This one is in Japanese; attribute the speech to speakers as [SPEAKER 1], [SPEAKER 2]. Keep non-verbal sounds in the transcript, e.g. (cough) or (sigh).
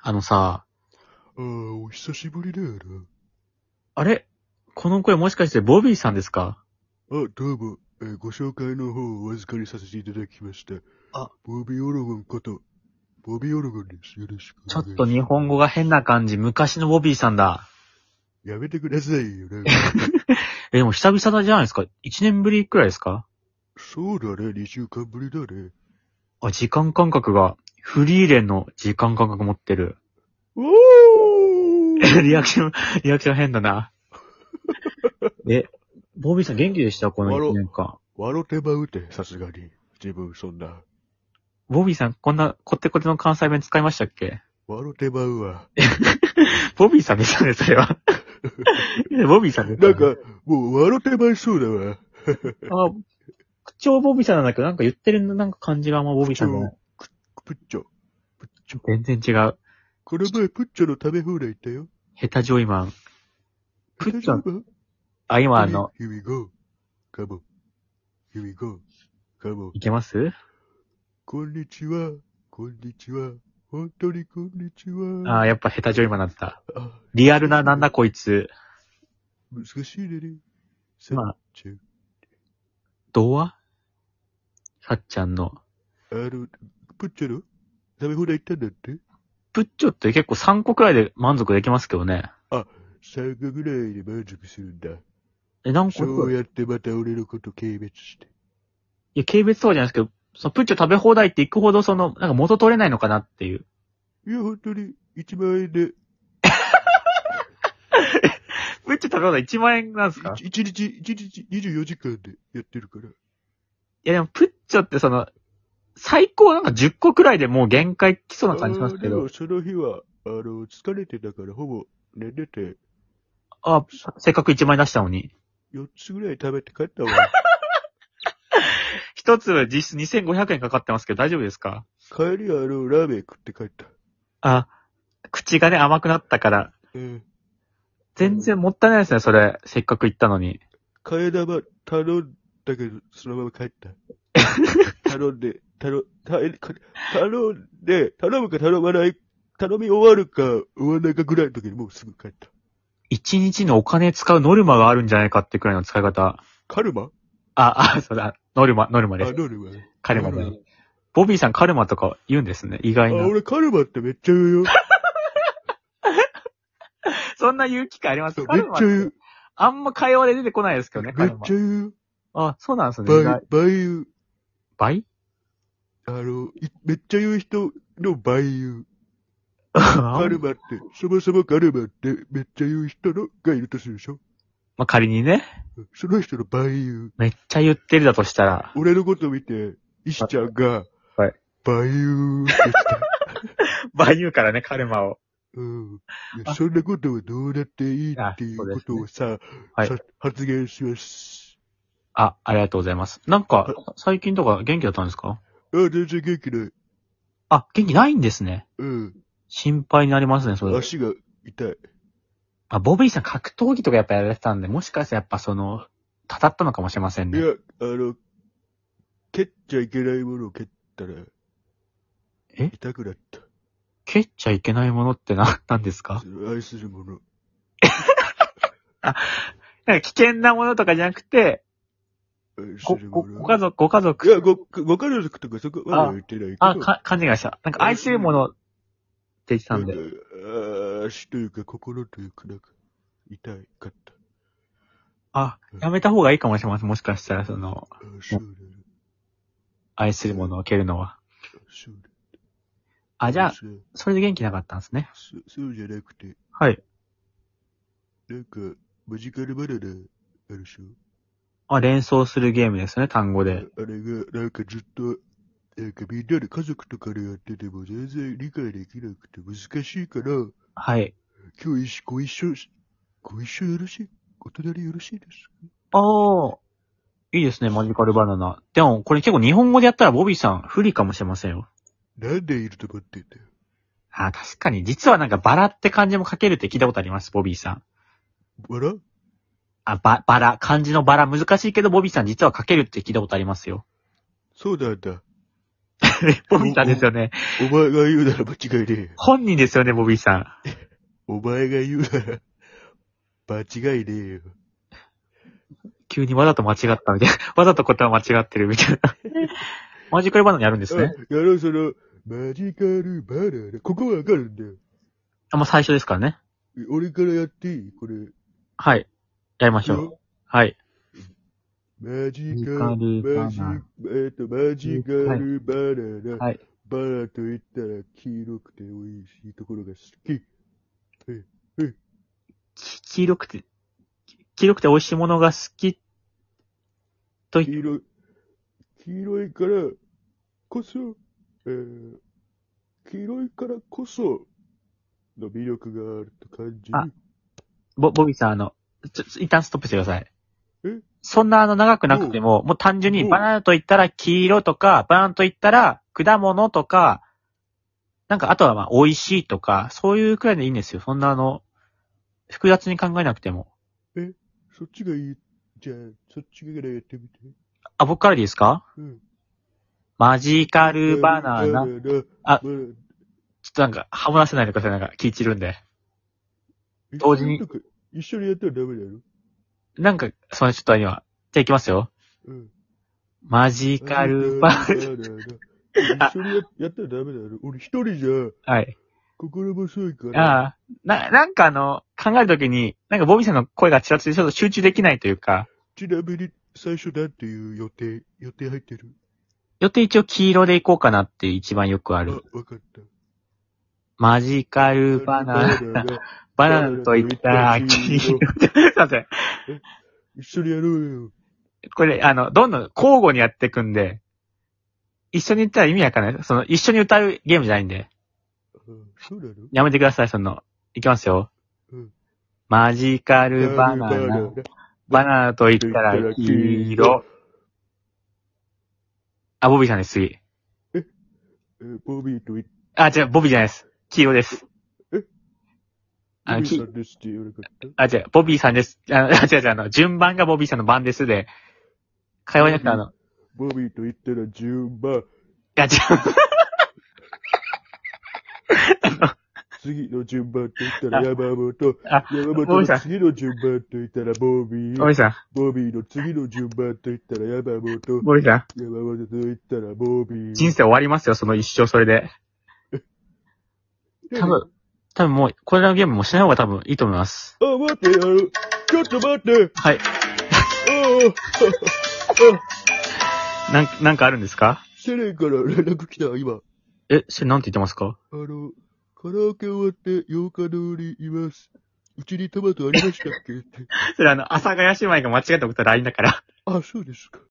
[SPEAKER 1] あのさ、
[SPEAKER 2] ああ、お久しぶりだよ
[SPEAKER 1] あれこの声もしかしてボビーさんですか
[SPEAKER 2] な。あ、どうも、えーご紹介の方をお預かりさせていただきました。
[SPEAKER 1] あ、
[SPEAKER 2] ボビー・オロゴンこと、ボビー・オロゴンです。よろしくお願いし
[SPEAKER 1] ちょ
[SPEAKER 2] ます。
[SPEAKER 1] っと日本語が変な感じ、昔のボビーさんだ。
[SPEAKER 2] やめてくださいよ、
[SPEAKER 1] (laughs)
[SPEAKER 2] なんか
[SPEAKER 1] え、でも久々じゃないですか ?1 年ぶりくらいですか
[SPEAKER 2] そうだね、2週間ぶりだね。
[SPEAKER 1] あ、時間感覚が、フリーレンの時間感覚持ってる。
[SPEAKER 2] おー (laughs)
[SPEAKER 1] リアクション、リアクション変だな。え、ボビーさん元気でしたこの1年間。
[SPEAKER 2] 笑ってまうて、さすがに。自分そんな。
[SPEAKER 1] ボビーさん、こんなコテコテの関西弁使いましたっけ
[SPEAKER 2] 笑ってまうわ。
[SPEAKER 1] ボビーさんですよね、それ (laughs) は。ボビーさんです
[SPEAKER 2] な
[SPEAKER 1] よね
[SPEAKER 2] んか、もう笑ってまいそうだわ。
[SPEAKER 1] あ、口調ボビーさんなんだけど、なんか言ってるなんか感じがあんまボビーさんじゃない。
[SPEAKER 2] プッチョ。プッチョ。
[SPEAKER 1] 全然違う。
[SPEAKER 2] この前、プッチョの食べ放題行ったよ。
[SPEAKER 1] ヘタジョイマン。プッチョ
[SPEAKER 2] 大丈夫
[SPEAKER 1] あ、今あの、
[SPEAKER 2] Here we go. Come on. Here we go. Come on.
[SPEAKER 1] いけます
[SPEAKER 2] こんにちは。こんにちは。本当にこんにちは。
[SPEAKER 1] あ、やっぱヘタジョイマンだった。
[SPEAKER 2] あ
[SPEAKER 1] リアルななんだこいつ。
[SPEAKER 2] 難しいねね。さ
[SPEAKER 1] まあ、
[SPEAKER 2] ちゃん
[SPEAKER 1] 童話さっちゃんの。
[SPEAKER 2] あの、プッチョの食べ放題行ったんだって
[SPEAKER 1] プッチョって結構3個くらいで満足できますけどね。
[SPEAKER 2] ?3 個ぐらいで満足するんだ。
[SPEAKER 1] え、何個
[SPEAKER 2] そう
[SPEAKER 1] い
[SPEAKER 2] やってまた俺のこと軽蔑して。
[SPEAKER 1] や、軽蔑そうじゃないですけど、そのプッチョ食べ放題って行くほどその、なんか元取れないのかなっていう。
[SPEAKER 2] いや、本当に1万円で、
[SPEAKER 1] プッチョ食べ放題1万円なんですか
[SPEAKER 2] 1日、1日24時間でやってるから。
[SPEAKER 1] いやでも、プッチョってその、最高なんか10個くらいでもう限界来そうな感じしますけ
[SPEAKER 2] あーで
[SPEAKER 1] ど
[SPEAKER 2] も。その日は、あの、疲れてたからほぼ寝てて、
[SPEAKER 1] あ、せっかく1枚出したのに。
[SPEAKER 2] 4つぐらい食べて帰ったわ。 (laughs)
[SPEAKER 1] 一粒実質2500円かかってますけど大丈夫ですか
[SPEAKER 2] 帰りはあの、ラーメン食って帰った。
[SPEAKER 1] あ、口がね甘くなったから。
[SPEAKER 2] うん。
[SPEAKER 1] 全然もったいないですね、それ。せっかく行ったのに。
[SPEAKER 2] 替え玉頼んだけど、そのまま帰った。 (laughs) 頼んで、頼、頼、頼んで、頼むか頼まない、頼み終わるか終わらないかぐらいの時にもうすぐ帰った。
[SPEAKER 1] 一日のお金使うノルマがあるんじゃないかってくらいの使い方。
[SPEAKER 2] カルマ
[SPEAKER 1] あ、あ、そうだ、ノルマ、ノルマ
[SPEAKER 2] あ、
[SPEAKER 1] で
[SPEAKER 2] ノ
[SPEAKER 1] す。
[SPEAKER 2] ルマね。
[SPEAKER 1] カルマ
[SPEAKER 2] ノル
[SPEAKER 1] で
[SPEAKER 2] マ。
[SPEAKER 1] ボビーさんカルマとか言うんですね、意
[SPEAKER 2] あ、
[SPEAKER 1] 外な。
[SPEAKER 2] 俺カルマってめっちゃ言うよ。
[SPEAKER 1] そんな言う機会あります
[SPEAKER 2] そ
[SPEAKER 1] (laughs)
[SPEAKER 2] う
[SPEAKER 1] カ
[SPEAKER 2] めっ
[SPEAKER 1] ルマっ
[SPEAKER 2] ちゃ言
[SPEAKER 1] て
[SPEAKER 2] う。
[SPEAKER 1] あんま会話で出てこないですけどね、
[SPEAKER 2] め
[SPEAKER 1] カ
[SPEAKER 2] っ
[SPEAKER 1] ルマ
[SPEAKER 2] ちゃ。言う。
[SPEAKER 1] あ、そうなんですね。意
[SPEAKER 2] 倍
[SPEAKER 1] 外、
[SPEAKER 2] 倍言う。
[SPEAKER 1] 倍
[SPEAKER 2] あの、いめっちゃ言う人の倍言う。カルマって、そもそもカルマってめっちゃ言う人のがいるとするでしょ
[SPEAKER 1] まあ、仮にね、
[SPEAKER 2] その人の倍言う。
[SPEAKER 1] めっちゃ言ってるだとしたら、
[SPEAKER 2] 俺のこと見て、石ちゃんが、
[SPEAKER 1] はい。
[SPEAKER 2] 倍言うって言って
[SPEAKER 1] (laughs)
[SPEAKER 2] た。
[SPEAKER 1] まあ言うからね、カルマを。
[SPEAKER 2] うん。いや
[SPEAKER 1] あ
[SPEAKER 2] そんなことはどうだっていいってい
[SPEAKER 1] あそう
[SPEAKER 2] う
[SPEAKER 1] で
[SPEAKER 2] こ
[SPEAKER 1] す
[SPEAKER 2] と
[SPEAKER 1] ね
[SPEAKER 2] をさ、
[SPEAKER 1] はい
[SPEAKER 2] さ発言します。
[SPEAKER 1] あ、ありがとうございます。なんか、最近とか元気だったんですか
[SPEAKER 2] あ、全然元気ない。
[SPEAKER 1] あ、元気ないんですね。
[SPEAKER 2] うん。
[SPEAKER 1] 心配になりますね、それ。
[SPEAKER 2] 足が痛い。
[SPEAKER 1] あ、ボビーさん格闘技とかやっぱやられてたんで、もしかしたらやっぱその、たたったのかもしれません
[SPEAKER 2] い
[SPEAKER 1] ね。
[SPEAKER 2] や、あの、蹴っちゃいけないものを蹴ったら、
[SPEAKER 1] え
[SPEAKER 2] 痛くなった。
[SPEAKER 1] 蹴っちゃいけないものってな、なんですか
[SPEAKER 2] その愛するもの。
[SPEAKER 1] なんか危険なものとかじゃなくて、
[SPEAKER 2] 愛す
[SPEAKER 1] ご、
[SPEAKER 2] る
[SPEAKER 1] ご、
[SPEAKER 2] もの。
[SPEAKER 1] ご家族、ご家
[SPEAKER 2] いや、
[SPEAKER 1] 族。
[SPEAKER 2] ご、ご家族とかそこまでは言ってないけど。
[SPEAKER 1] あ、か、勘違いした。なんか愛するものって言ってたん
[SPEAKER 2] な
[SPEAKER 1] で。
[SPEAKER 2] んかあー足というか心というか、なんか、痛いかった。
[SPEAKER 1] あ、やめた方がいいかもしれません。もしかしたらその、
[SPEAKER 2] あーそうだね。
[SPEAKER 1] 愛するものを蹴るのは。
[SPEAKER 2] そうだ。
[SPEAKER 1] あ、じゃあ、
[SPEAKER 2] そう
[SPEAKER 1] それで元気なかったんですね。
[SPEAKER 2] そうそうじゃなくて、
[SPEAKER 1] はい。
[SPEAKER 2] なんか、マジカルバナナ、あるでしょ
[SPEAKER 1] あ、連想するゲームですね、単語で。
[SPEAKER 2] あれが、なんかずっと、なんかみんなで家族とかでやってても全然理解できなくて難しいから、
[SPEAKER 1] はい。
[SPEAKER 2] 今日一緒、ご一緒し、ご一緒よろしいお隣よろしいですか
[SPEAKER 1] ああ、いいですね、マジカルバナナ。でも、これ結構日本語でやったらボビーさん不利かもしれませんよ。
[SPEAKER 2] なんでいると思ってんだよ。
[SPEAKER 1] あー確かに。実はなんかバラって漢字も書けるって聞いたことあります、ボビーさん。
[SPEAKER 2] あら
[SPEAKER 1] あ、ば、バラ。漢字のバラ難しいけど、ボビーさん実は書けるって聞いたことありますよ。
[SPEAKER 2] そうなんだ。
[SPEAKER 1] (laughs) ボビーさんですよね。
[SPEAKER 2] お前が言うなら間違いねえよ。
[SPEAKER 1] 本人ですよね、ボビーさん。
[SPEAKER 2] お前が言うなら、間違いねえよ。
[SPEAKER 1] 急にわざと間違ったみたいな。わざと答え間違ってるみたいな。
[SPEAKER 2] (laughs)
[SPEAKER 1] マジカルバナナやるんですね。
[SPEAKER 2] あやろう、その、マジカルバナナ。ここはわかるんだよ。
[SPEAKER 1] あ、もう最初ですからね。
[SPEAKER 2] 俺からやっていいこれ。
[SPEAKER 1] はい。やりましょう。はい。
[SPEAKER 2] マジカル、マジ、えっと、マジカルバナナ。
[SPEAKER 1] はい。
[SPEAKER 2] バナナと言ったら黄色くて美味しいところが好き。
[SPEAKER 1] き黄色くて、き黄色くて美味しいものが好き。
[SPEAKER 2] 黄色い、黄色いからこそ、えー、黄色いからこその魅力があると感じる。
[SPEAKER 1] あボ、ボビーさん、あの、ちょ、ちょ一旦ストップしてください。
[SPEAKER 2] え
[SPEAKER 1] そんなあの長くなくても、もう単純に
[SPEAKER 2] うん
[SPEAKER 1] バナナと言ったら黄色とか、バナナと言ったら果物とか、なんかあとはまあ美味しいとか、そういうくらいでいいんですよ。そんなあの、複雑に考えなくても。
[SPEAKER 2] そっちがいい。じゃあ、そっちからやってみて。
[SPEAKER 1] あ、僕からでいいですか
[SPEAKER 2] うん。
[SPEAKER 1] マジカルバナナ。ちょっあ
[SPEAKER 2] バナナ
[SPEAKER 1] となんか、ハモらせないでください。なんか、聞いちるんで。同時に。
[SPEAKER 2] 一緒とか一緒にやったらダメだろ
[SPEAKER 1] なんか、そのちょっと今。じゃあ行きますよ。
[SPEAKER 2] うん。
[SPEAKER 1] マジカルバナ (laughs)
[SPEAKER 2] ナナ。一緒にややったらダメだろ俺一人じゃ
[SPEAKER 1] ナ。はい。
[SPEAKER 2] 心細いから。
[SPEAKER 1] ああ。な、なんかあの、考えるときに、なんかボビーさんの声がちらついてちょっと集中できないというか、
[SPEAKER 2] ちなみに最初なんていう予定、予定入ってる
[SPEAKER 1] 予定一応黄色でいこうかなって一番よくあ
[SPEAKER 2] あ、
[SPEAKER 1] る。
[SPEAKER 2] わかった。
[SPEAKER 1] マジカルバナナ。
[SPEAKER 2] ナナ。
[SPEAKER 1] バナナと言ったら黄色。すいません。
[SPEAKER 2] 一緒にやろうよ。
[SPEAKER 1] これ、あの、どんどん交互にやっていくんで、一緒に言ったら意味わかんない。その、一緒に歌うゲームじゃないんで、
[SPEAKER 2] あそうなの
[SPEAKER 1] やめてください、その、いきますよ。
[SPEAKER 2] うん
[SPEAKER 1] マジカルバナナ。バナナと言ったら黄色。あ、ボビーさんです、次。
[SPEAKER 2] えーボビーと言っ
[SPEAKER 1] あ、違う、ボビーじゃないです。黄色です。
[SPEAKER 2] え
[SPEAKER 1] あの、
[SPEAKER 2] ボビ
[SPEAKER 1] き
[SPEAKER 2] ーさんですって言わなかった
[SPEAKER 1] あ、違う、ボビーさんです。あの、 (laughs) 違う違う、あの、順番がボビーさんの番ですで、会話じゃなくて、あの、い
[SPEAKER 2] ボビーと言ったら順番。
[SPEAKER 1] や、違う、
[SPEAKER 2] 次の順番と言ったら山本。
[SPEAKER 1] あ
[SPEAKER 2] 山
[SPEAKER 1] ボビ
[SPEAKER 2] 本
[SPEAKER 1] ーさ
[SPEAKER 2] の
[SPEAKER 1] ん
[SPEAKER 2] 次の順番と言ったらボビ
[SPEAKER 1] ボビー
[SPEAKER 2] ー。
[SPEAKER 1] さん、
[SPEAKER 2] ボビーの次の順番と言ったら山本。
[SPEAKER 1] ボビーさん、
[SPEAKER 2] 山本と言ったらボビー。
[SPEAKER 1] 人生終わりますよ、その一生それで。多分。多分もう、これらのゲームもしない方が多分いいと思います。
[SPEAKER 2] あ、待って、あの、ちょっと待って。
[SPEAKER 1] はい。
[SPEAKER 2] ああ、
[SPEAKER 1] なん、なんかあるんですか
[SPEAKER 2] セレンから連絡来た、今。
[SPEAKER 1] え、それなんて言ってますか
[SPEAKER 2] あの、カラオケ終わって8日の折います。うちにトマトありましたっけって。
[SPEAKER 1] それあの、阿佐ヶ谷姉妹が間違って送った LINE だから。
[SPEAKER 2] あ、そうですか。